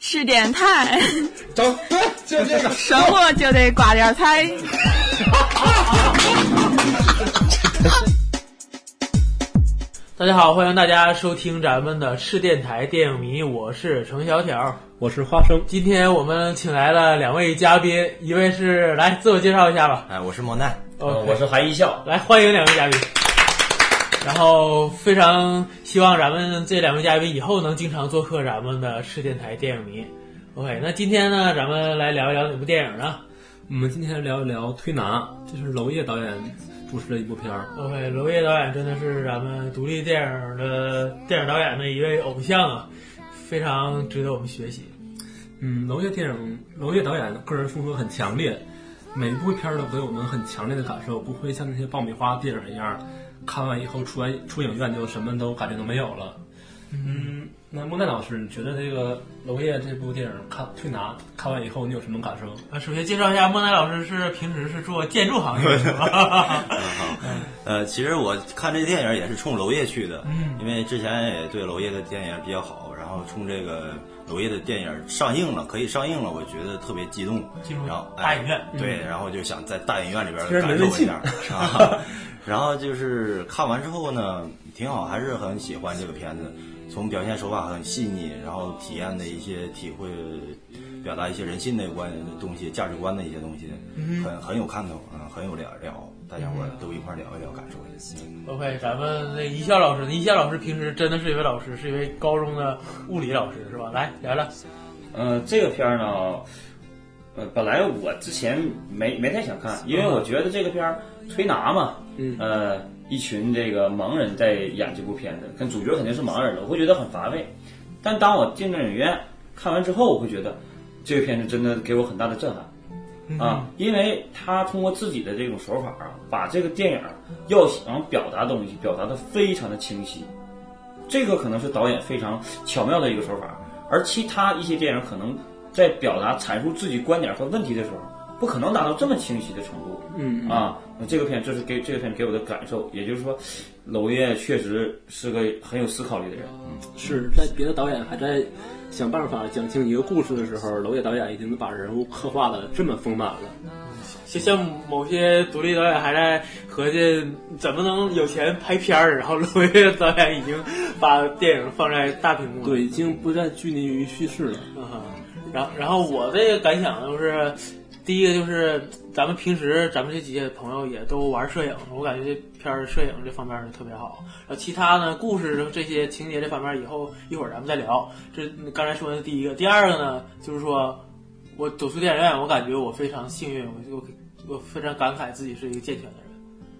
吃点菜， 走， 就这个。生活就得挂点彩。大家好，欢迎大家收听咱们的赤电台电影迷，我是程小条。我是花生，今天我们请来了两位嘉宾，一位是来自我介绍一下吧。 哎，我是莫奈， OK 呃我是韩一笑，来欢迎两位嘉宾。然后非常希望咱们这两位嘉宾以后能经常做客咱们的赤电台电影迷。OK，那今天呢，咱们来聊一聊哪部电影呢我们今天聊一聊《推拿》，这是娄烨导演主持的一部片儿。 ？OK，娄烨导演真的是咱们独立电影的电影导演的一位偶像啊，非常值得我们学习。嗯，娄烨电影，娄烨导演个人风格很强烈，每一部片儿都给我们很强烈的感受，不会像那些爆米花电影一样，看完以后出完出影院就什么都感觉都没有了。嗯，那莫奈老师，你觉得这个娄烨这部电影看《推拿》看完以后，你有什么感受？啊，首先介绍一下，莫奈老师是平时是做建筑行业的，是 吧？呃，其实我看这电影也是冲娄烨去的，嗯因为之前也对娄烨的电影比较好，然后冲这个娄烨的电影上映了，可以上映了，我觉得特别激动进入，然后大影院哎对，然后就想在大影院里边其实没感受一人信下， 啊，然后就是看完之后呢，挺好，还是很喜欢这个片子，从表现手法很细腻，然后体验的一些体会，表达一些人性的观东西、价值观的一些东西，很很有看头，嗯，很有聊聊，大家伙儿都一块儿聊一聊，感受一下。 OK，咱们那一笑老师呢，一笑老师平时真的是一位老师，是一位高中的物理老师，是吧？来聊聊。呃，这个片儿呢，呃，本来我之前没没太想看，因为我觉得这个片儿推拿嘛，嗯呃，一群这个盲人在演这部片子，跟主角肯定是盲人了，我会觉得很乏味。但当我进电影院看完之后，我会觉得这个片子真的给我很大的震撼。啊，因为他通过自己的这种手法啊，把这个电影要想表达的东西表达的非常的清晰，这个可能是导演非常巧妙的一个手法。而其他一些电影可能在表达阐述自己观点和问题的时候，不可能达到这么清晰的程度。嗯啊，那这个片这是给这个片给我的感受，也就是说，娄烨确实是个很有思考力的人。是在别的导演还在想办法讲清一个故事的时候，娄烨导演已经把人物刻画的这么丰满了。就像某些独立导演还在合计怎么能有钱拍片儿，然后 娄烨导演已经把电影放在大屏幕了。对，已经不再拘泥于叙事了。嗯哼，然后然后我的感想就是，第一个就是咱们平时咱们这几个朋友也都玩摄影，我感觉这片儿摄影这方面儿特别好。然后其他呢，故事这些情节这方面儿以后一会儿咱们再聊。这刚才说的第一个，第二个呢，就是说我走出电影院，我感觉我非常幸运，我就我非常感慨自己是一个健全的人。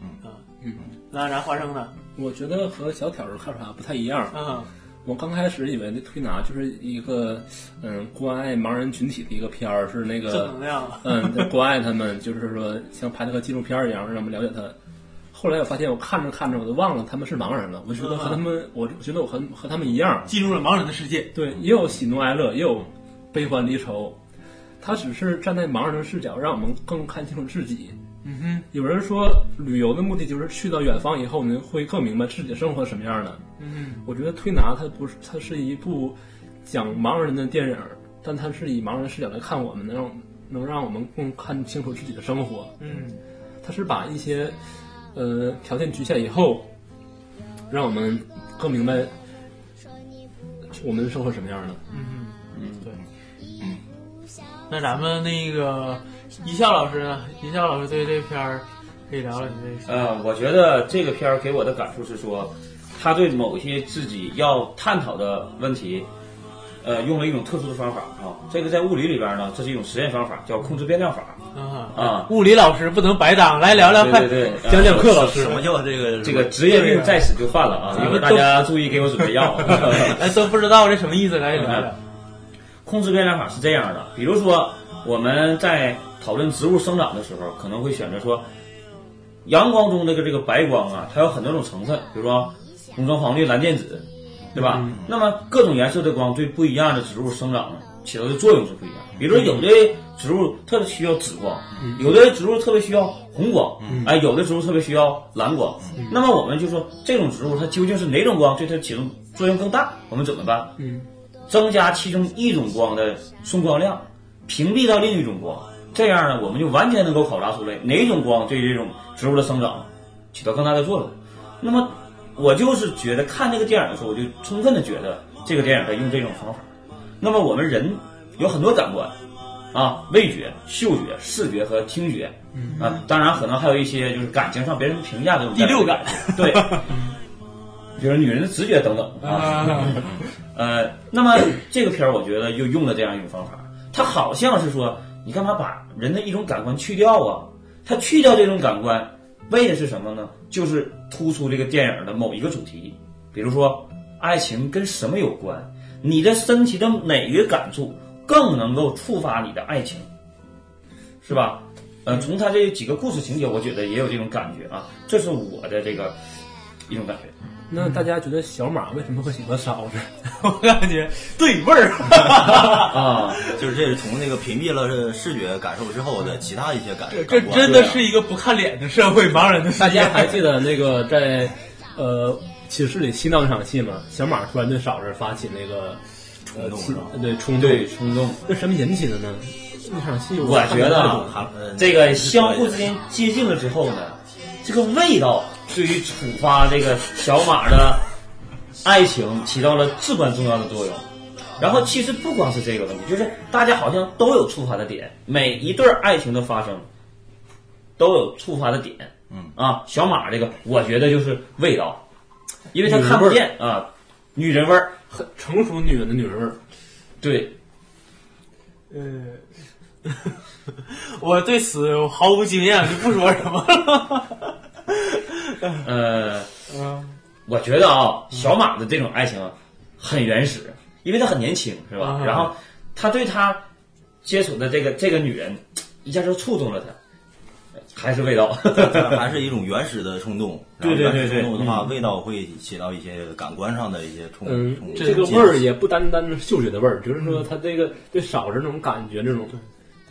嗯嗯，那然后花生呢？我觉得和小挑的看法不太一样。嗯我刚开始以为那推拿就是一个嗯关爱盲人群体的一个片儿，是那正个能量。嗯在关爱他们，就是说像拍那个纪录片儿一样，让我们了解他。后来我发现，我看着看着我都忘了他们是盲人了，我觉得和他们，我我觉得我和和他们一样，嗯进入了盲人的世界，对，也有喜怒哀乐，也有悲欢离愁。他只是站在盲人的视角，让我们更看清楚自己。嗯哼，有人说旅游的目的就是去到远方以后，您会更明白自己的生活什么样的。嗯，我觉得《推拿》它不是，它是一部讲盲人的电影儿，但它是以盲人视角来看我们，能让能让我们更看清楚自己的生活。嗯，它是把一些呃条件局限以后，让我们更明白我们的生活什么样的。那咱们那个一笑老师呢？一笑老师对这片儿可以聊聊你这个。呃，我觉得这个片儿给我的感触是说，他对某些自己要探讨的问题，呃，用了一种特殊的方法啊。这个在物理里边呢，这是一种实验方法，叫控制变量法啊啊。物理老师不能白当，来聊聊快对对对，讲讲课老什么叫这个这个职业病在此就犯了嗯啊！一会儿大家注意给我准备 药。哎，都不知道这什么意思，来聊聊。嗯控制变量法是这样的，比如说我们在讨论植物生长的时候，可能会选择说，阳光中的这个这个白光啊，它有很多种成分，比如说红橙黄绿蓝靛紫，对吧？那么各种颜色的光对不一样的植物生长呢起到的作用是不一样。比如说有的植物特别需要紫光，有的植物特别需要红光，哎，有的植物特别需要蓝光。那么我们就说这种植物它究竟是哪种光对它起作用更大？我们怎么办？增加其中一种光的送光量，屏蔽到另一种光，这样呢，我们就完全能够考察出来哪种光对这种植物的生长起到更大的作用。那么，我就是觉得看这个电影的时候，我就充分的觉得这个电影在用这种方法。那么我们人有很多感官，啊，味觉、嗅觉、视觉和听觉，啊，当然可能还有一些就是感情上别人评价的嗯第六感， 对，比如女人的直觉等等啊， 呃，那么这个片儿我觉得又用了这样一种方法，它好像是说你干嘛把人的一种感官去掉啊？它去掉这种感官，为的是什么呢？就是突出这个电影的某一个主题，比如说爱情跟什么有关，你的身体的哪个感触更能够触发你的爱情，是吧？呃，从他这几个故事情节，我觉得也有这种感觉啊，这是我的这个一种感觉。那大家觉得小马为什么会喜欢烧子？ 我感觉对味儿。啊，就是这是从那个屏蔽了这视觉感受之后的其他一些感这感这官真的是一个不看脸的社会，盲人的世啊大界家。还记得那个在呃寝室里嬉闹那场戏吗？小马突然对嫂子发起那个冲动是吧？呃对冲动，对，冲动。那什么引起的呢？那场戏我觉得啊他们这个相互之间接近了之后呢，这个味道对于触发这个小马的爱情起到了至关重要的作用。然后其实不光是这个问题，就是大家好像都有触发的点，每一对儿爱情的发生都有触发的点。嗯啊，小马这个我觉得就是味道，因为他看不见啊，女人味儿。很成熟女人的女人味儿。对，嗯，我对此毫无经验，就不说什么 了。呃，嗯我觉得啊，小马的这种爱情啊很原始，因为他很年轻，是吧？啊然后他对他接触的这个这个女人，一下就触动了他，还是味道。 还是一种原始的冲动。然后对对原始对对冲动的话，味道会起到一些感官上的一些冲嗯冲，这个味儿也不单单是嗅觉的味儿，就是嗯说他这个对嫂子那种感觉，那种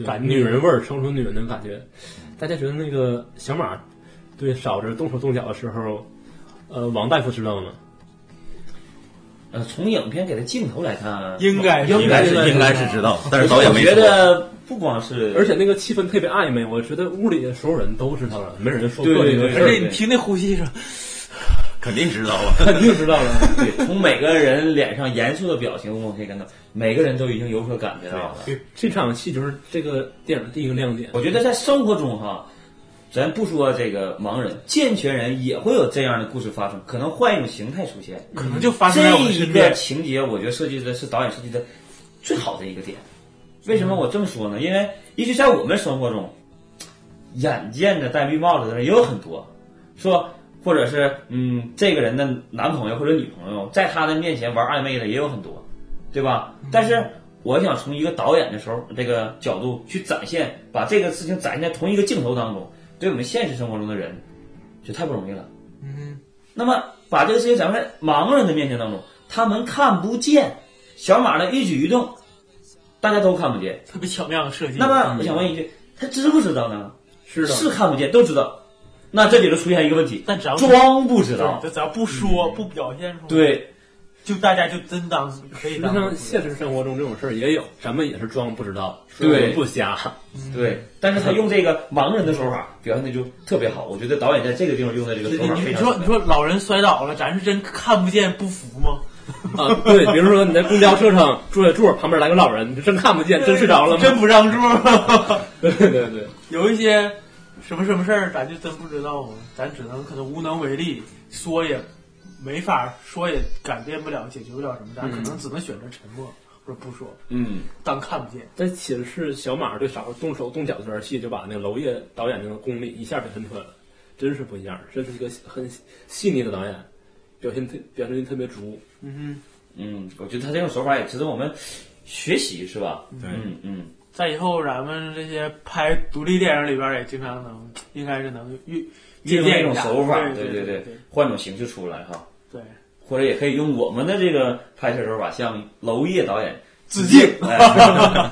感女人味儿，成熟女人的感觉。大家觉得那个小马对嫂子动手动脚的时候，呃，王大夫知道吗？呃，从影片给他镜头来看，应该是应该是是应该是知道，但是导演没我觉得不光是，而且那个气氛特别暧昧，我觉得屋里的所有人都知道了，没人说过对这个对事而儿，且你听那呼吸声，肯定知道啊。肯定知道了。对从每个人脸上严肃的表情，我们可以看到每个人都已经有所感觉到了。这场戏就是这个电影的第一个亮点。我觉得在生活中哈，咱不说这个盲人，健全人也会有这样的故事发生，可能换一种形态出现。可能就发生在我这们一身个边。情节，我觉得设计的是导演设计的最好的一个点。嗯为什么我这么说呢？因为也许在我们生活中，眼见着戴绿帽子的人也有很多，说或者是嗯，这个人的男朋友或者女朋友在他的面前玩暧昧的也有很多，对吧？嗯但是我想从一个导演的时候这个角度去展现，把这个事情展现在同一个镜头当中，对我们现实生活中的人就太不容易了。嗯，那么把这个事情展现在盲人的面前当中，他们看不见小马的一举一动，大家都看不见。特别巧妙的设计。嗯那么我想问一句，他知不知道呢？是的，是看不见，都知道。那这里就出现一个问题，但只要装不知对道。就只要不说、不表现出，，对，就大家就真当可以实当际上现实生活中这种事儿也有，咱们也是装不知道，对不瞎。对，但是他用这个盲人的手法表现的就特别好，我觉得导演在这个地方用的这个你手法非你常说好你。说老人摔倒了，咱是真看不见不服吗？啊，对，比如说你在公交车上坐着坐，旁边来个老人，你真看不见，哎真睡着了吗？真不让座。 对对对， 有一些什么什么事儿，咱就真不知道，啊咱只能可能无能为力，说也没法说，也改变不了，解决不了什么，咱可能只能选择沉默或者不说，嗯，当看不见。在寝室小马对勺动手动脚这段戏，就把那个娄烨导演那个功力一下给衬出来了，真是不一样，这是一个很细腻的导演，表现特表现力特别足。嗯嗯，我觉得他这种手法也值得我们学习，是吧？对嗯嗯。哼，在以后咱们这些拍独立电影里边，也经常能，应该是能遇借借鉴鉴一一种下手法，对对对对，换种形式出来哈，对，或者也可以用我们的这个拍摄手法向娄烨导演致敬。哎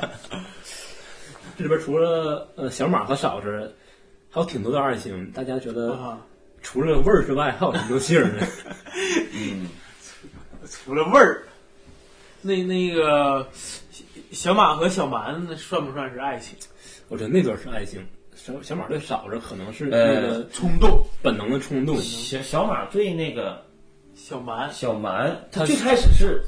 这里边除了呃小马和勺子，还有挺多的爱情，大家觉得啊，除了味儿之外，还有什么东西儿呢？嗯，除了味儿，那那个小小马和小蛮算不算是爱情？ 我觉得那段是爱情，小小马对嫂子可能是呃那个冲动，本能的冲动， 小小马对那个小蛮小蛮，他他最开始是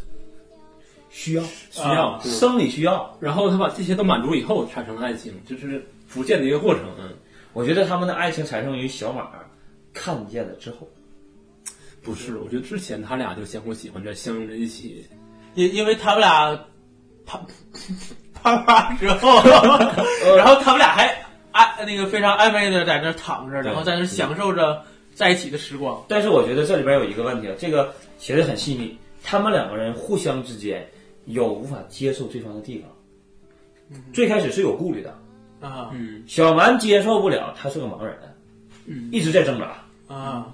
需要需要、啊对生理需要，然后他把这些都满足以后，产生了爱情，就是逐渐的一个过程。嗯，我觉得他们的爱情产生于小马看见了之后。不是，我觉得之前他俩就相互喜欢着，相拥着一起。因因为他们俩啪啪啪之 后，然后他们俩还暧那个非常暧昧的在那儿躺着，然后在那儿嗯享受着在一起的时光。但是我觉得这里边有一个问题，啊，这个写的很细腻，他们两个人互相之间有无法接受对方的地方。最开始是有顾虑的，啊嗯小蛮接受不了，他是个盲人，嗯，一直在挣扎；啊，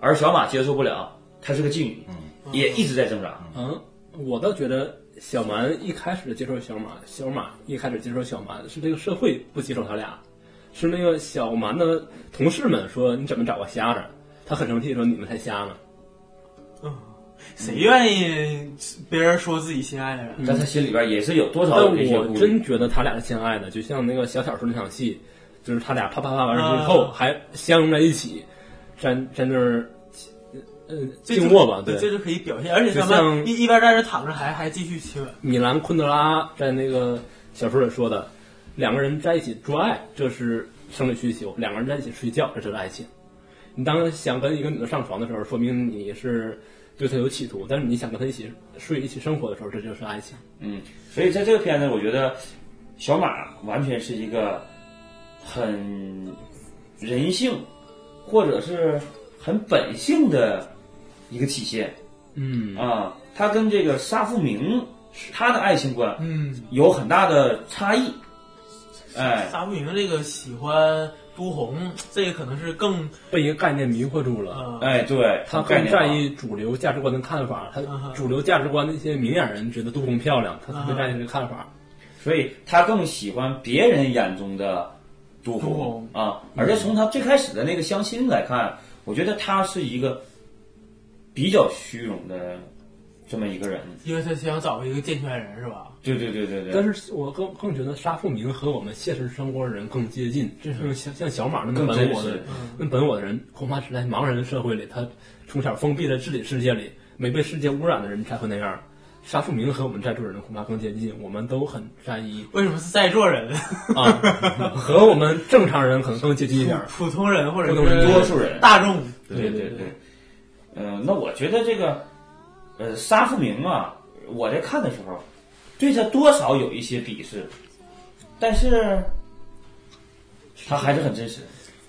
而小马接受不了，她是个妓女，嗯也一直在挣扎。嗯，我倒觉得小蛮一开始接受小马，小马一开始接受小蛮是这个社会不接受他俩，是那个小蛮的同事们说你怎么找个瞎子？他很生气说你们才瞎呢。谁愿意别人说自己心爱的人？嗯但他心里边也是有多但少有一些我顾虑。真觉得他俩是相爱的，就像那个小小时候那场戏，就是他俩啪啪啪完了之后啊还相拥在一起，站站那儿，呃，这就静默吧，对，这就可以表现，而且他就像们一一边在这躺着还，还继续亲吻。米兰昆德拉在那个小说里说的，两个人在一起做爱，这是生理需求；两个人在一起睡觉，这是爱情。你当想跟一个女的上床的时候，说明你是对她有企图；但是你想跟她一起睡、一起生活的时候，这就是爱情。嗯，所以在这个片子，我觉得小马完全是一个很人性，或者是很本性的一个体现嗯啊。他跟这个沙富明他的爱情观嗯，有很大的差异，哎，撒不明这个喜欢都红，这个可能是更被一个概念迷惑住了。呃哎，对，他概更念化啊在意主流价值观的看法，他嗯哼主流价值观那些明眼人觉得杜红漂亮，他特别在意这个看法。所以他更喜欢别人眼中的杜杜甫甫啊。而且从他最开始的那个相亲来看，我觉得他是一个比较虚荣的这么一个人。因为他想找一个健全人是吧？对对对对对。但是我更更觉得沙富明和我们现实生活人更接近，这是像像小马那么更本真我的实那本我的人，恐怕是在盲人的社会里，他从小封闭在自己世界里，没被世界污染的人才会那样。沙富明和我们在座的人恐怕更接近，我们都很在意为什么是在座人、啊，和我们正常人可能更接近一点。 普通人或者普通人是多数人大众？对对对。嗯、那我觉得这个，呃，沙富明啊，我在看的时候，对他多少有一些鄙视，但是他还是很真实。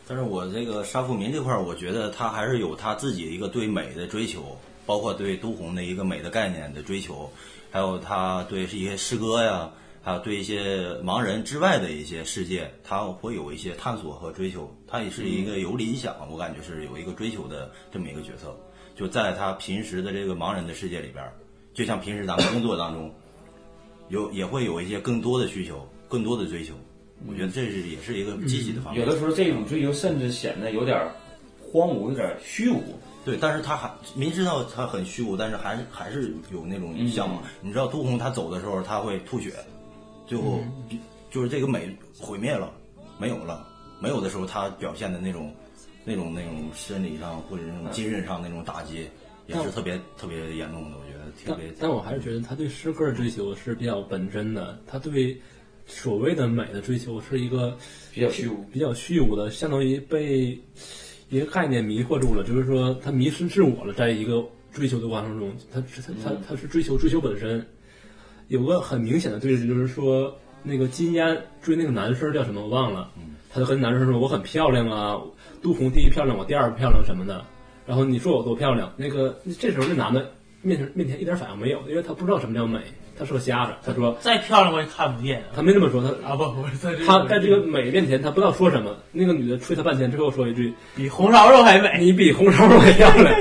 但是我这个沙富民这块儿，我觉得他还是有他自己一个对美的追求，包括对都红的一个美的概念的追求，还有他对一些诗歌呀，还有对一些盲人之外的一些世界，他会有一些探索和追求。他也是一个有理想，我感觉是有一个追求的这么一个角色，就在他平时的这个盲人的世界里边儿，就像平时咱们工作当中，有也会有一些更多的需求，更多的追求。我觉得这是也是一个积极的方面。有的时候这种追求甚至显得有点儿荒芜，有点儿虚无。对，但是他还明知道他很虚无，但是还是还是有那嗯种向往。你知道杜洪他走的时候他会吐血，最后、嗯就是这个美毁灭了，没有了，没有的时候他表现的那种那种那种生理上或者那嗯种精神上那种打击，也是特别特别严重的，我觉得特但别。但我还是觉得他对诗歌的追求是比较本真的，他对所谓的美的追求是一个比较虚无。比较虚无的，相当于被一个概念迷惑住了，就是说他迷失自我了，在一个追求的过程中，他是他他他是追求追求本身。有个很明显的对比，就是说那个金烟追那个男生叫什么我忘了，他就跟男生说我很漂亮啊，杜红第一漂亮，我第二漂亮什么的。然后你说我多漂亮，那个这时候那男的面前面前一点反应没有，因为他不知道什么叫美，他是个瞎子。他说再漂亮我也看不见他没这么说，他啊！不，我在这他在这个美面前，他不知道说什么。那个女的吹他半天，最后说一句比红烧肉还：“美。你比红烧肉还漂亮。”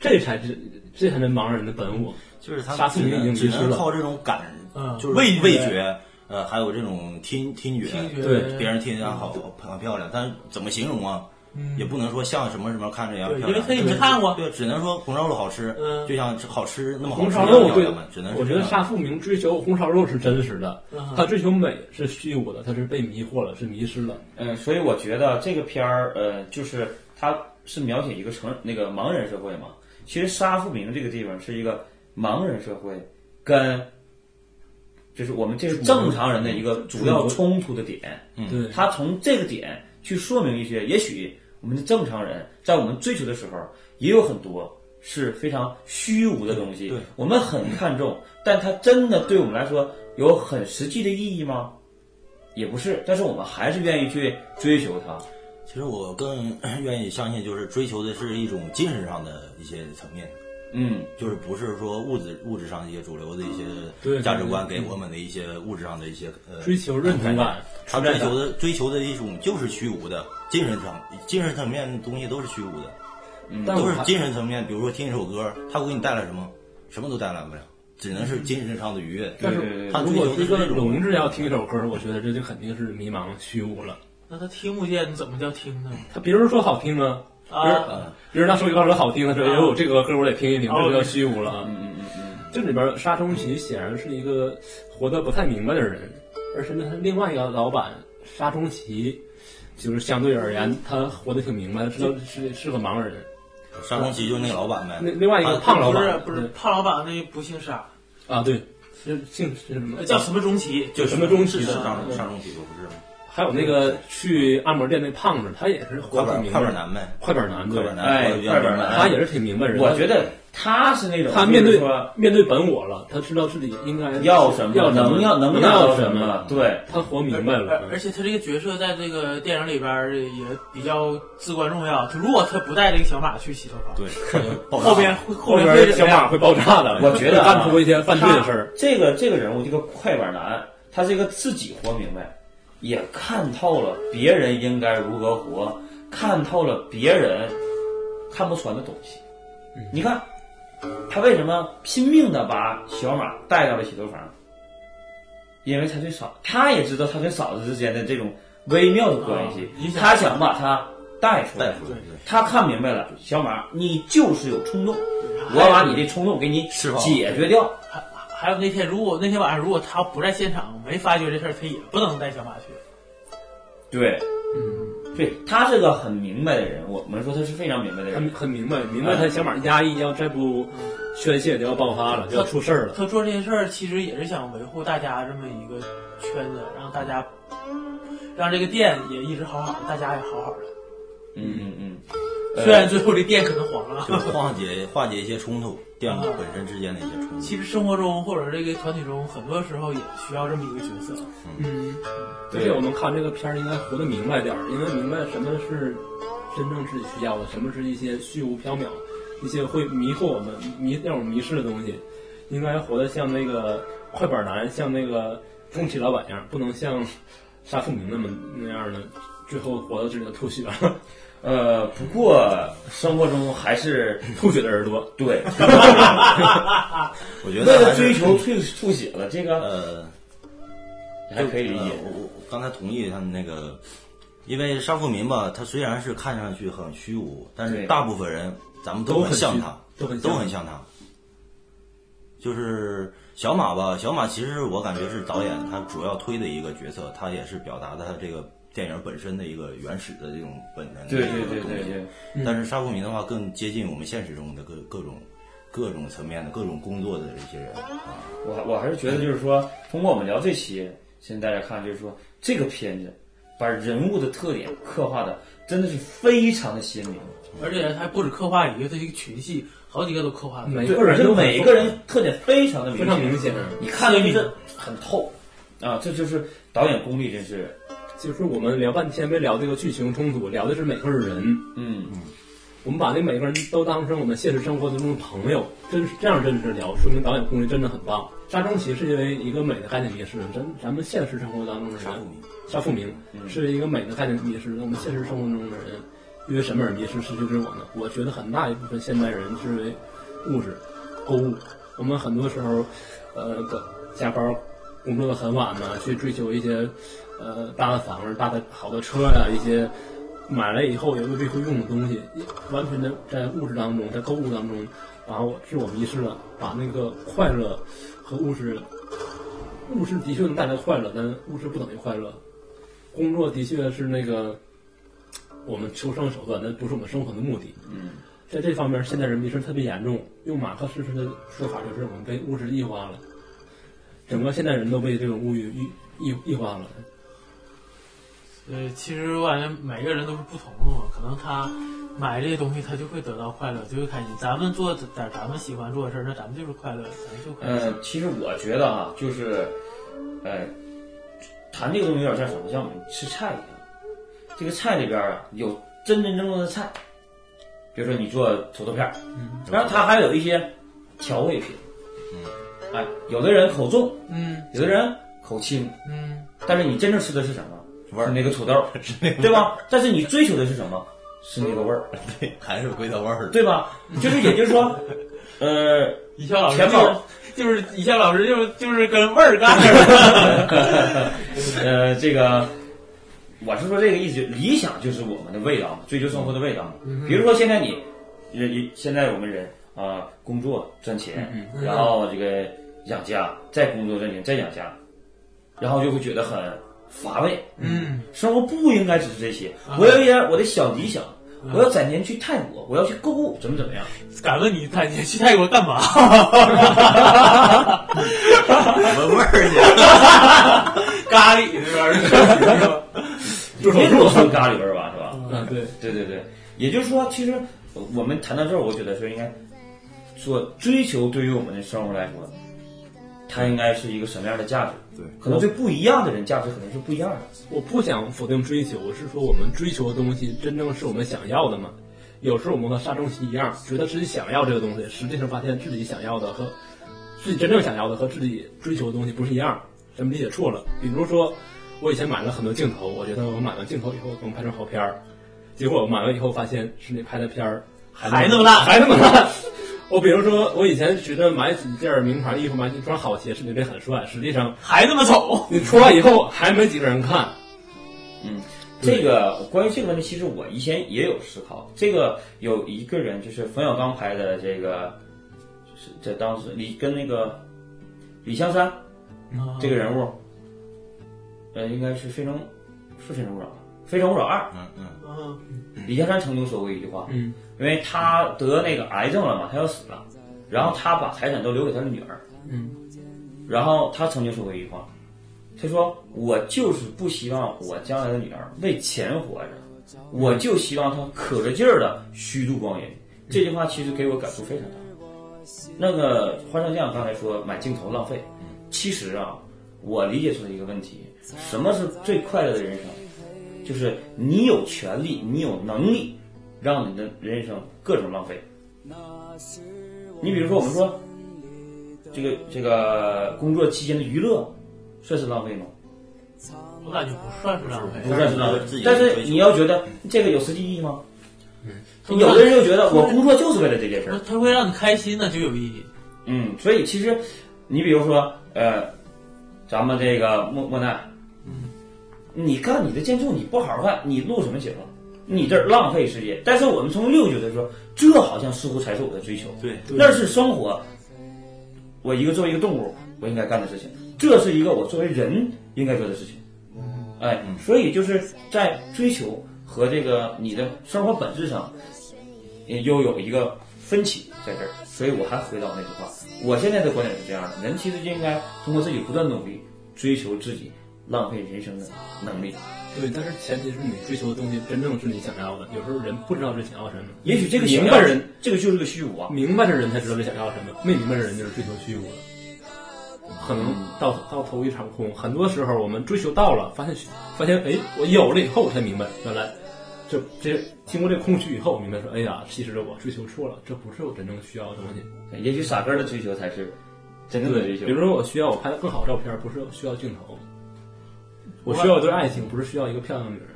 这才是这才是盲人的本我。就是他杀只死你已经能只迷失能了靠这种感，嗯就是味觉味觉，呃，还有这种听听觉，听觉对别人听人家好漂漂亮，但是怎么形容啊？也不能说像什么什么看着一样嗯对漂亮，因为他也没对看过对，只能说红烧肉好吃，嗯就像好吃那么好红吃烧一肉样对要么只能，是我觉得这样沙富明追求红烧肉是真实的嗯哼，他追求美是虚无的，他是被迷惑了，是迷失了。嗯，所以我觉得这个片儿，呃，就是它是描写一个成那个盲人社会嘛。其实沙富明这个地方是一个盲人社会跟就是我们这个正常人的一个主要冲突的点。对，他从这个点去说明一些，也许我们的正常人在我们追求的时候，也有很多是非常虚无的东西，对我们很看重，但它真的对我们来说有很实际的意义吗？也不是，但是我们还是愿意去追求它。其实我更 愿意相信，就是追求的是一种精神上的一些层面，嗯，就是不是说物质物质上的一些主流的一啊对嗯些价值观给我们的一些物质上的一些呃追求认同感，他追求的追求的一种就是虚无的精神层精神层面的东西都是虚无的，但都我嗯是还精神层面。比如说听一首歌，它会给你带来什么？什么都带来不了，只能是精神上的愉悦。但是对对对他如追果求的一是个这种聋子要听一首歌，我觉得这就肯定是迷茫虚无了。那他听不见，怎么叫听呢？他别人说好听啊，别人啊，别人他说一块说好听的时候，哎呦，这个歌我得听一听，哦这就叫虚无了啊。嗯嗯嗯嗯，这里边沙中奇显然是一个活得不太明白的人，而且呢，他另外一个老板沙中奇，就是相对而言他活得挺明白，知道是是个盲人。沙龙奇就是那个老板呗那，另外一个胖老不板是不是胖老板，那不姓沙，啊，对，呃是姓是什么叫什么中旗？就什么中是式的沙龙沙龙奇就不是吗还有那个去按摩店那胖子，他也是活快得挺板明快白板的。男呗，快板男，快对，板男哎活得比较快板明白男他也是挺明白人的。我觉得他是那种他面就是对说面对本我了，他知道自己应该要什么，要什能要能拿要到什么，对，他活明白而了而。且他这个角色在这个电影里边儿也比较至关重要。如果他不带这个小马去洗头房，对，快就爆炸后边会后后边会边怎小么马样？会爆炸的，我觉得啊干出一些犯罪的事儿。这个这个人物，这个快板男，他是一个自己活明白，也看透了别人应该如何活，看透了别人看不穿的东西。你看，他为什么拼命的把小马带到了洗头房？因为他对嫂，他也知道他跟嫂子之间的这种微妙的关系啊影，响他想把他带出带来。出来，对他看明白了，小马，你就是有冲动，我把你的冲动给你释放解决掉。还还有那天，如果那天晚上如果他不在现场，没发觉这事儿，他也不能带小马去。对，嗯，对他是个很明白的人，我们说他是非常明白的很人。很明白，明白他小马压抑，要再不宣泄就要爆发了，就要出事儿了。他做这些事儿，其实也是想维护大家这么一个圈子，让大家让这个店也一直好好的，大家也好好的。嗯嗯嗯，呃虽然最后这店可能黄就了，啊是化解化解一些冲突，店铺本身之间的一些冲突。其实生活中或者这个团体中，很多时候也需要这么一个角色。嗯，而对且我们看这个片儿应该活得明白点儿，应该明白什么是真正自己需要的，什么是一些虚无缥缈，一些会迷惑我们迷让我们迷失的东西，应该活得像那个快板男，像那个中企老板一样，不能像沙富明那么那样的，最后活到自己的吐血，呃，不过生活中还是吐血的人多。 对，我觉为得还了是追求吐吐血了，这个呃，还可以理解呃。我我刚才同意他们那个，因为沙富民吧，他虽然是看上去很虚无，但是对大部分人咱们都很很像虚他，都很都像很像他。就是小马吧，小马其实我感觉是导演他主要推的一个角色，他也是表达的他这个电影本身的一个原始的这种本能。呃对对对对。对，但是沙富民的话更接近我们现实中的各各种各种层面的各种工作的一些人。我我还是觉得就是说，通过我们聊这期，现在大家看就是说这个片子把人物的特点刻画的真的是非常的鲜明。而且还不止刻画一个，这一个群戏好几个都刻画的。每对，个而人且都很每个人特点非常的非常明显，嗯你看的就是很透啊，这就是导演功力，真是，就是我们聊半天没聊这个剧情冲突，聊的是每个人。嗯，我们把那每个人都当成我们现实生活当中的朋友，真是这样真实聊，说明导演功力真的很棒。沙中奇是因为一个美的概念迷失，咱咱们现实生活当中的沙富人，民，沙富明是一个美的概念迷失，那我们现实生活中的人因为什么而迷失失去自我呢？我觉得很大一部分现代人是因为物质、购物，我们很多时候，呃，加班工啊作的很晚呢，去追求一些呃大的房子、大的好的车呀、一些买来以后也未必会用的东西，完全的在物质当中，在购物当中，把我自我迷失了，把那个快乐和物质，物质的确能带来快乐，但物质不等于快乐。工作的确是那个我们求生手段，但不是我们生活的目的。嗯，在这方面，现代人迷失特别严重。用马克思式的说法，就是我们被物质异化了，整个现代人都被这种物欲异异异化了。呃，其实我感觉每个人都是不同的嘛，可能他买这些东西，他就会得到快乐，就会开心。咱们做点咱们喜欢做的事儿，那咱们就是快乐，咱们就快乐。呃，其实我觉得啊，就是，呃，谈这个东西有点像什么，像我们吃菜一样。这个菜里边儿啊，有真真正正的菜，比如说你做土豆片儿，嗯然后它还有一些调味品。嗯，哎，有的人口重，嗯有的人口轻，嗯但是你真正吃的是什么？味儿 是那个土豆，对吧？但是你追求的是什么？是那个味儿，还是回到味儿了。对吧？就是也就是说，呃，一笑老师钱宝就是就是一笑老师就是就是跟味儿干的。呃，这个我是说这个意思，理想就是我们的味道嘛，追求生活的味道嘛。比如说现在你，人人现在我们人啊、工作赚钱，然后这个养家，再工作赚钱，再养家，然后就会觉得很乏味。嗯生活不应该只是这些，我有一点我的小理想。我要攒钱去泰国，我要去购物，怎么怎么样？ 敢问你，泰你去泰国干嘛？闻味儿咖喱那边儿，你也都算咖喱味儿吧，是吧？啊，对，对对对，也就是说，其实呃我们谈到这儿，我觉得是应该说追求对于我们的生活来说，它应该是一个什么样的价值？对，可能对不一样的人价值可能是不一样的。我不想否定追求，我是说我们追求的东西真正是我们想要的吗？有时候我们和杀虫剂一样，觉得自己想要这个东西，实际上发现自己想要的和自己真正想要的和自己追求的东西不是一样，咱们理解错了。比如说，我以前买了很多镜头，我觉得我买完镜头以后能拍成好片儿，结果我买完以后发现是你拍的片儿还那么烂，烂还那么烂。我比如说，我以前觉得买几件名牌衣服，买几双好鞋，是你这很帅，实际上还那么丑。你出来以后还没几个人看。嗯，对这个关于这个问题，其实我以前也有思考。这个有一个人就是冯小刚拍的这个，就是在当时李跟那个李香山嗯啊这个啊人物，呃，应该是《非诚是《非诚勿扰》《非诚勿扰二》。嗯嗯，嗯，李嘉山曾经说过一句话，嗯，因为他得那个癌症了嘛，他要死了，然后他把财产都留给他的女儿，嗯，然后他曾经说过一句话，他说我就是不希望我将来的女儿为钱活着，我就希望她可着劲儿的虚度光阴。这句话其实给我感触非常大。那个花生酱刚才说买镜头浪费，其实啊，我理解出了一个问题：什么是最快乐的人生？就是你有权利，你有能力，让你的人生各种浪费。你比如说，我们说这个这个工作期间的娱乐，算是浪费吗？我感觉不算是浪费。不算是浪费自己。的但追求是你要觉得这个有实际意义吗？有的人就觉得我工作就是为了这件事儿它。它会让你开心呢，就有意义。嗯，所以其实你比如说，呃，咱们这个莫莫奈，你干你的建筑，你不好好干，你录什么节目？你这儿浪费时间。但是我们从六觉得说，这好像似乎才是我的追求，对，那是生活。我一个作为一个动物，我应该干的事情，这是一个我作为人应该做的事情。嗯哎，所以就是在追求和这个你的生活本质上，也又有一个分歧在这儿。所以我还回到那句话，我现在的观点是这样的：人其实就应该通过自己不断努力，追求自己浪费人生的能力。对，但是前提是你追求的东西真正是你想要的。有时候人不知道自己想要什么，也许这个想明要白的人，这个就是个虚无啊。明白的人才知道自己想要什么，没明白的人就是追求虚无的。可能到到头一场空，很多时候我们追求到了，发现发现哎，我有了以后我才明白，原来这这经过这空虚以后，我明白说，哎呀，其实我追求错了，这不是我真正需要的东西。也许傻根儿的追求才是真正的嗯对，追求。比如说我需要我拍的更好的照片，不是需要镜头，我需要一对爱情，不是需要一个漂亮的女人。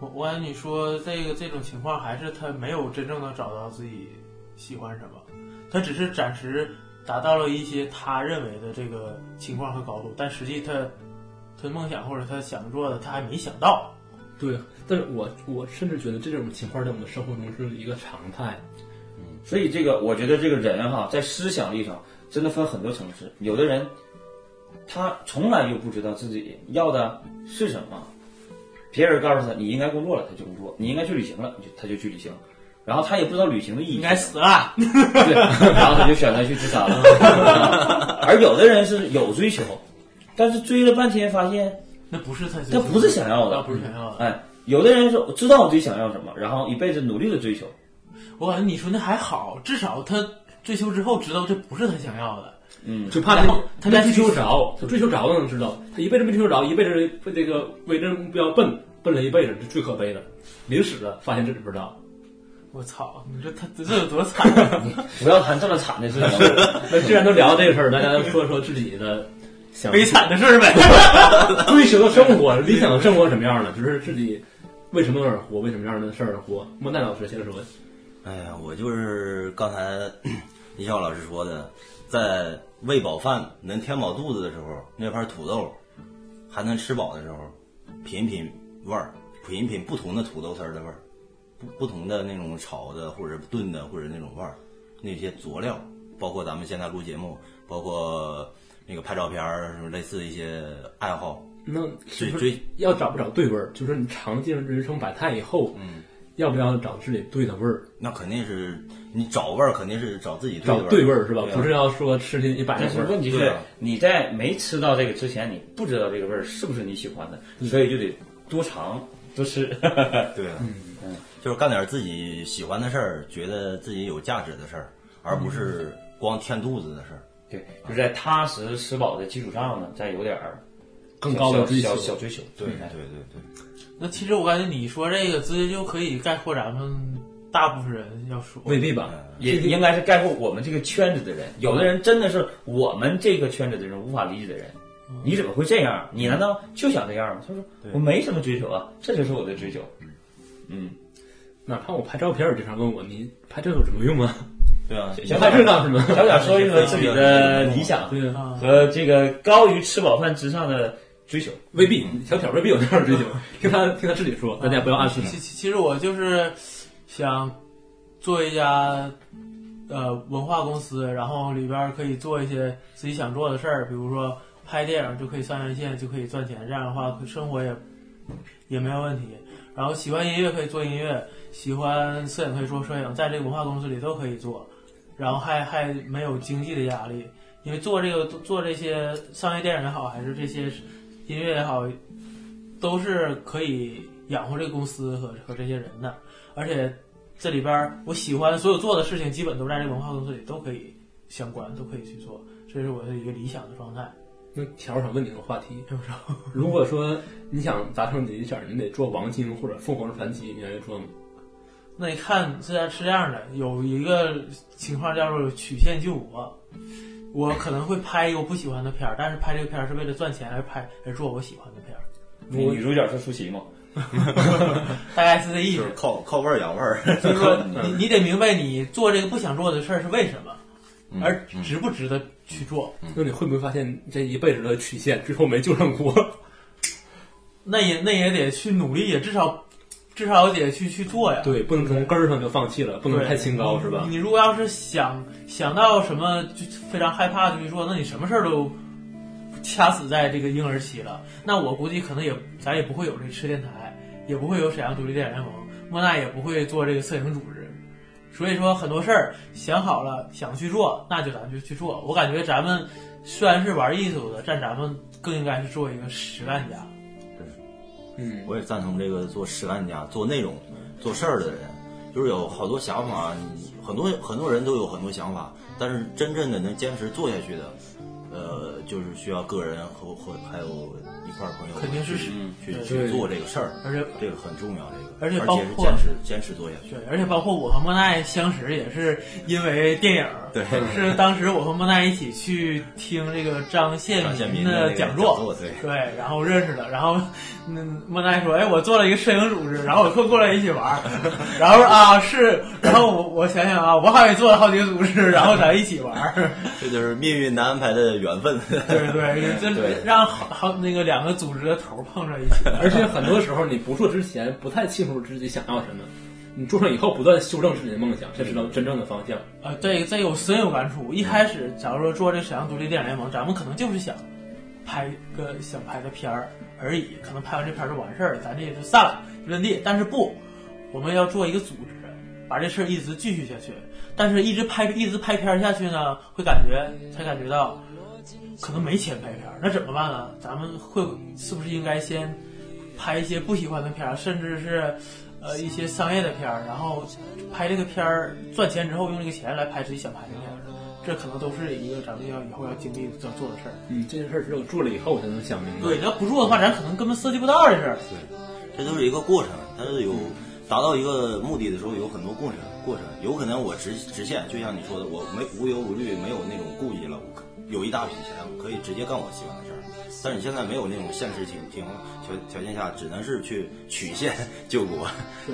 我我感觉你说这个这种情况，还是他没有真正的找到自己喜欢什么，他只是暂时达到了一些他认为的这个情况和高度，但实际他他梦想或者他想做的他还没想到，对，啊但是我我甚至觉得这种情况在我们生活中是一个常态。所以这个，我觉得这个人哈，在思想力上真的分很多层次。有的人，他从来就不知道自己要的是什么，别人告诉他你应该工作了，他就工作；你应该去旅行了，就他就去旅行。然后他也不知道旅行的意应义是该什么，死了。对，然后他就选择去自杀 了。啊而有的人是有追求，但是追了半天发现那不是他，他不是想要那的。不是想要的。哎，有的人说知道我自己想要什么，然后一辈子努力的追求。我感觉你说那还好，至少他追求之后知道这不是他想要的。嗯，就怕然后他他没再追去求着，他追求着了能知道，他一辈子没追求着，一辈子被这个为这个目标奔奔了一辈子，是最可悲的。临死了发现自己不知道，我操，你说他这有多惨啊？不要谈这么惨的事情。那既然都聊到这个事儿，大家说说自己的想悲惨的事儿呗。追求的生活、理想的生活什么样的，就是自己为什么而活，为什么样的事儿而活。莫奈老师先说，哎呀，我就是刚才一笑老师说的，在喂饱饭能填饱肚子的时候，那盘土豆还能吃饱的时候，品一品味儿，品一品不同的土豆丝儿的味儿，不不同的那种炒的或者炖的或者那种味儿，那些佐料，包括咱们现在录节目，包括那个拍照片儿，什么类似一些爱好，那追就是追要找不找对味儿，就是你尝尽人生百态以后，嗯，要不要找自己对的味儿，那肯定是你找味儿，肯定是找自己找对对味儿是吧？对啊不是要说吃进一百但个是味儿。问题对是啊，你在没吃到这个之前，你不知道这个味儿是不是你喜欢的，所以就得多尝多吃。 对，啊嗯嗯就是干点自己喜欢的事儿，觉得自己有价值的事儿，而不嗯是光填肚子的事儿。对，就是在踏实吃饱的基础上呢，再有点儿更高的追小求小。小追求。对对哎对对，那其实我感觉你说这个直接就可以概括咱们大部分人要说，未必吧，也应该是概括我们这个圈子的人。有的人真的是我们这个圈子的人无法理解的人。嗯你怎么会这样？啊你难道就想这样吗？他说对我没什么追求啊，这就是我的 追求。嗯，哪怕我拍照片儿，经常问我，你拍这有什么用啊？ 对啊，小拍点这干什么？小小说一说自己的理想对啊，啊，和这个高于吃饱饭之上的追求。未必，小挑未必有这样的追求。 听他听他自己说，大家不要暗示他。其其其实我就是想做一家呃文化公司，然后里边儿可以做一些自己想做的事儿，比如说拍电影就可以上院线，就可以赚钱，这样的话生活也也没有问题。然后喜欢音乐可以做音乐，喜欢摄影可以做摄影，在这个文化公司里都可以做，然后还还没有经济的压力，因为做这个做这些商业电影也好，还是这些音乐也好，都是可以养活这个公司和和这些人的。而且这里边儿我喜欢所有做的事情，基本都在这个文化公司里都可以相关，都可以去做。这是我的一个理想的状态。那条儿想问你个话题， 如果说你想达成你的理想，你得做王晶或者凤凰传奇，你愿意做吗？那你看，这样是这样的，有一个情况叫做曲线救国。我可能会拍一个我不喜欢的片儿，但是拍这个片儿是为了赚钱而拍，而做我喜欢的片儿，女女主角是舒淇嘛？大概是这意就思是。靠靠味儿养味儿。嗯就是说，你你得明白你做这个不想做的事儿是为什么，而值不值得去做。那你会不会发现这一辈子的曲线最后没救上锅？那也那也得去努力，也至少至少得去去做呀。 对，不能从根儿上就放弃了，不能太清高是吧？你如果要是想想到什么就非常害怕就去做，那你什么事儿都掐死在这个婴儿期了。那我估计可能也咱也不会有这吃电台，也不会有沈阳独立电影联盟，莫奈也不会做这个摄影组织。所以说很多事儿想好了想去做，那就咱就去做。我感觉咱们虽然是玩艺术的，但咱们更应该是做一个实干家。嗯，我也赞同这个做实干家、做内容、做事儿的人，就是有好多想法，你很多很多人都有很多想法，但是真正的能坚持做下去的，呃，就是需要个人和和还有一块儿朋友肯定是去去对去做这个事儿，而且这个很重要，这个而且而包且是括坚持坚持做下去。对，而且包括我和莫奈相识也是因为电影儿， 对，是当时我和莫奈一起去听这个张宪张献民民的那个讲讲座对然后认识的，然后嗯，莫奈说，哎，我做了一个摄影组织，然后我过过来一起 玩儿，然后说啊是，然后我我想想啊，我好像也做了好几个组织，然后咱一起玩 儿，这就是命运难安排的缘分。对对，对就让好好那个两个组织的头儿碰上一起， 而且很多时候你不做之前不太清楚自己想要什么，你做上以后不断修正自己的梦想，才知道真正的方向。啊，对，这个我深有感触。一开始，假如说做这沈阳独立电影联盟，咱们可能就是想拍个想拍个片儿而已，可能拍完这片儿就完事儿了，咱这也就散了，就认地。但是不，我们要做一个组织，把这事儿一直继续下去。但是，一直拍一直拍片儿下去呢，会感觉才感觉到，可能没钱拍片儿，那怎么办呢？咱们会是不是应该先拍一些不喜欢的片儿，甚至是呃一些商业的片儿，然后拍这个片儿赚钱之后，用这个钱来拍自己想拍的片儿，这可能都是一个咱们要以后要经历要做的事儿。嗯，这件事儿只有做了以后才能想明白。对，你要不做的话，咱可能根本涉及不到这事儿。这都是一个过程，它是有达到一个目的的时候有很多过程，过程有可能我直直线，就像你说的，我没无忧无虑，没有那种顾忌了，我可有一大笔钱，我可以直接干我喜欢的事儿。但是你现在没有那种现实情情条条件下，只能是去曲线救国，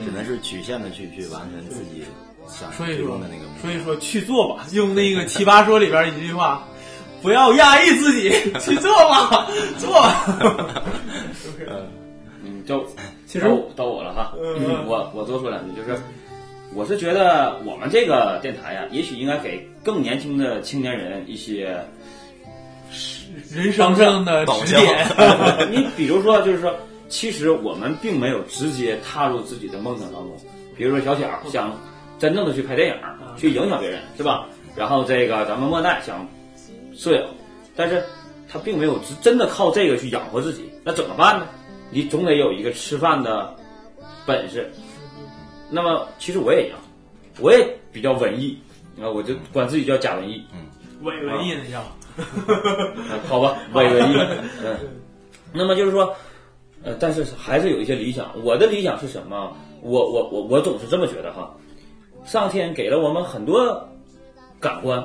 只能是曲线的去去完成自己想所以最说终的那个目，所以说去做吧，用那个《奇葩说》里边一句话。不要压抑自己，去做 吧，做吧。呃嗯，就其到实我到我了哈，嗯我我多说两句，就是我是觉得我们这个电台呀、也许应该给更年轻的青年人一些人生上的导指向点， 你比如说，就是说，其实我们并没有直接踏入自己的梦想当中。比如说小小想真正的去拍电影，去影响别人，是吧？然后这个咱们莫奈想摄影，但是他并没有直真的靠这个去养活自己，那怎么办呢？你总得有一个吃饭的本事。那么其实我也一样，我也比较文艺，啊，我就管自己叫假文艺，伪文艺那叫。啊 好吧，伪文艺。嗯，那么就是说，呃，但是还是有一些理想。我的理想是什么？我我我我总是这么觉得哈，上天给了我们很多感官，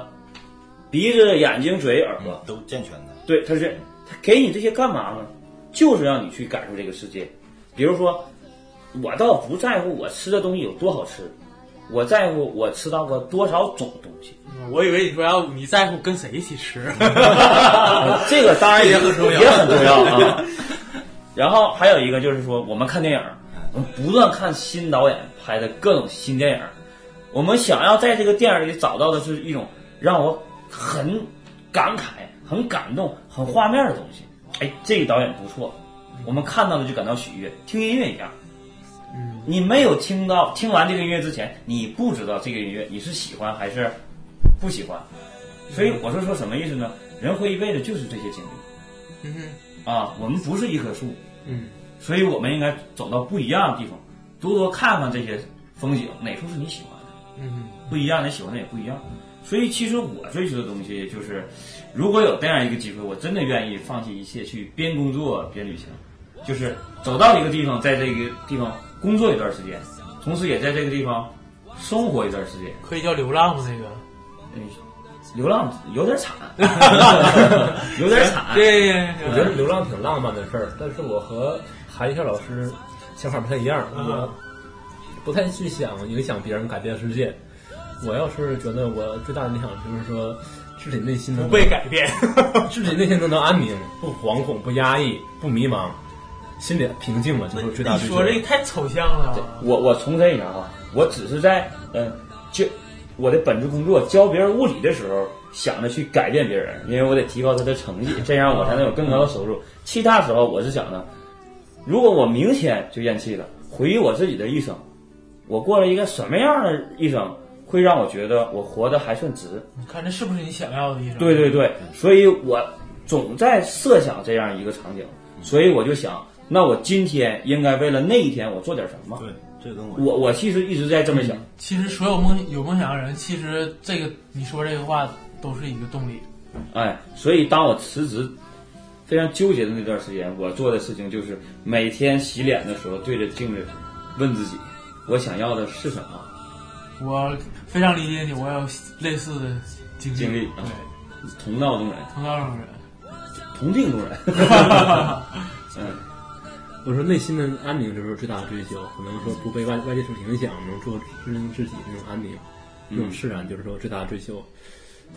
鼻子、眼睛、嘴、耳 朵，都健全的。对，他是他给你这些干嘛呢？就是让你去感受这个世界。比如说，我倒不在乎我吃的东西有多好吃，我在乎我吃到过多少种东西。我以为你说要你在乎跟谁一起吃，啊 这个当然也这个很重要也很重要啊。然后还有一个就是说，我们看电影，我们不断看新导演拍的各种新电影，我们想要在这个电影里找到的是一种让我很感慨、很感动、很画面的东西。哎，这个导演不错，我们看到了就感到喜悦，听音乐一样。你没有听到听完这个音乐之前，你不知道这个音乐你是喜欢还是不喜欢，所以我是说什么意思呢？人活一辈子就是这些经历嗯啊，我们不是一棵树，嗯，所以我们应该走到不一样的地方，多多看看这些风景，哪处是你喜欢的，嗯，不一样，你喜欢的也不一样。所以其实我追求的东西就是，如果有这样一个机会，我真的愿意放弃一切，去边工作边旅行，就是走到一个地方，在这个地方工作一段时间，同时也在这个地方生活一段时间。可以叫流浪吗？那个嗯，流浪有点惨， 有点惨。对，啊我觉得流浪挺浪漫的事儿，但是我和韩笑老师想法不太一样，嗯我不太去想影响别人、改变世界。我要是觉得我最大的理想就是说，自己内心能不被改变。自己内心能能安宁，不惶恐、不压抑、不迷茫，心里平静嘛，就是最大你的追求说。这太抽象了，我我重申一下啊，我只是在嗯教我的本职工作教别人物理的时候，想着去改变别人，因为我得提高他的成绩，这样我才能有更高的收入。其他时候我是想着，如果我明天就咽气了，回忆我自己的一生，我过了一个什么样的一生，会让我觉得我活得还算值。你看这是不是你想要的一生？对对对，所以我总在设想这样一个场景，所以我就想，那我今天应该为了那一天我做点什么？对，这跟嗯我我我其实一直在这么想，其实所有梦有梦想的人，其实这个你说这个话都是一个动力。哎，所以当我辞职非常纠结的那段时间，我做的事情就是每天洗脸的时候对着镜子问自己，我想要的是什么？我非常理解你，我有类似的经经历对啊，同道中人，同道中人，同病中人。嗯，我说内心的安宁就是最大的追求，可能说不被外外界所影响，能做自身自己那种安宁，那种释然，就是说最大的追求。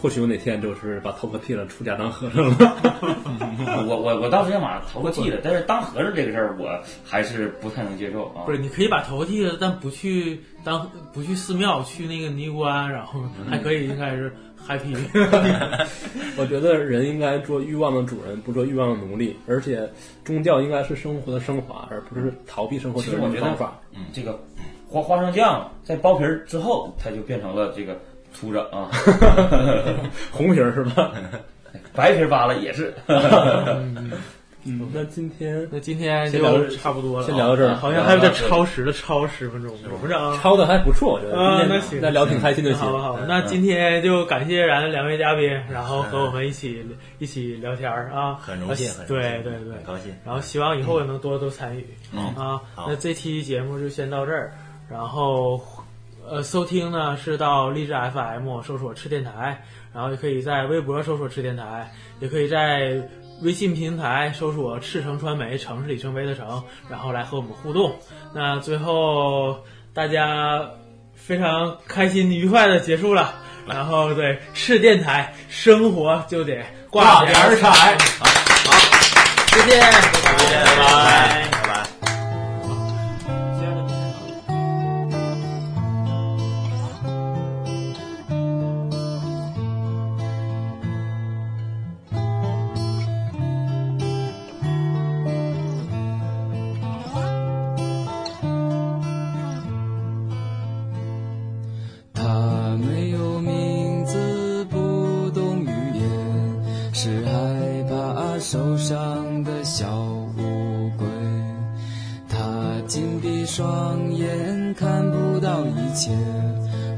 或许我哪天就是把头发剃了，出家当和尚了。 我我我当时想把头发剃了，但是当和尚这个事儿，我还是不太能接受啊不。是，你可以把头剃了，但不去当不去寺庙，去那个尼姑庵，然后嗯还可以应该是 happy。我觉得人应该做欲望的主人，不做欲望的奴隶。而且宗教应该是生活的升华，而不是逃避生活其责实任我的觉得方法。嗯，这个花花生酱在剥皮儿之后，它就变成了这个秃子啊，红皮儿是吧？白皮儿扒了也是。嗯， 那今天那今天先聊就差不多了啊，先聊到这儿好像还有点超时了，超十分钟，怎么着啊？抄的还不错，我觉得。啊今天那行那聊挺开心就行好。吧，好吧，那今天就感谢然两位嘉宾，然后和我们一起一起聊天儿啊，很荣幸，很荣对幸对对很，高兴。然后希望以后也能多多参与。嗯啊，好那这期节目就先到这儿，然后呃，收听呢是到荔枝 FM 搜索“吃电台”，然后也可以在微博搜索“吃电台”，也可以在微信平台搜索“赤城传媒”，城市里程碑的城，然后来和我们互动。那最后大家非常开心愉快的结束了。然后对，是电台，生活就得挂点儿彩。好，再见，拜拜。拜拜。接着明天早上他没有名字，不懂语言，是害怕受伤的小乌龟。他紧闭双眼，看不到一切，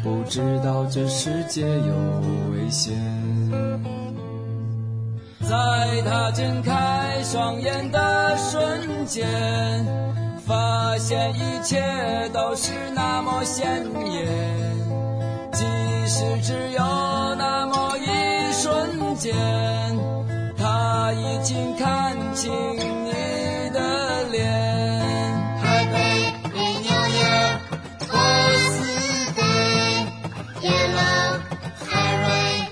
不知道这世界有危险。在他睁开双眼的瞬间，发现一切都是那么鲜艳。即使只有那么一瞬间，他已经看清你的脸。 Happy New Year, Wednesday, Yellow Harry,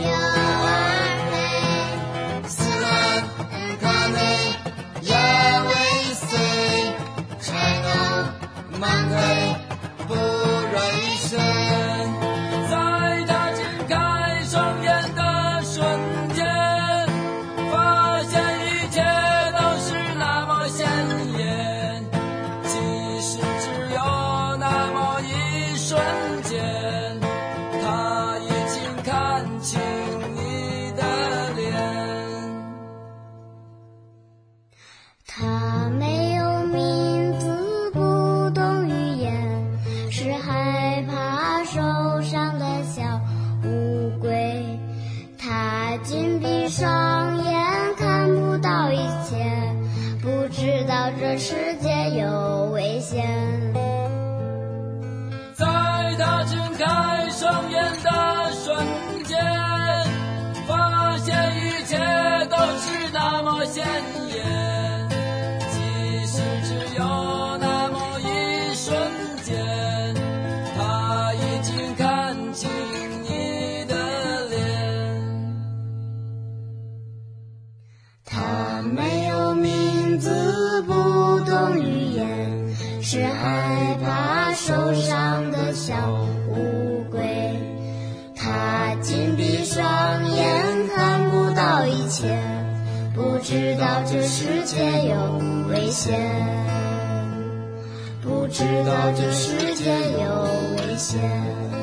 you are red. Sudan and Connie, yeah we see. China, Monday, 不认识，在他睁开双眼的瞬间，发现一切都是那么鲜艳。其实只有那么一瞬间，他已经看清你的脸。他没有名字，不懂语言，是害怕受伤的小乌龟。他紧闭双眼，看不到一切，不知道这世界有危险。在他睁开双眼的瞬间，发现一切都是那么鲜艳。即使只有那么一瞬间，他已经看清你的脸。他没有名字，不懂语言，是害怕受伤的小乌龟。他紧闭双眼，看不到一切，不知道这世界有危险，不知道这世界有危险。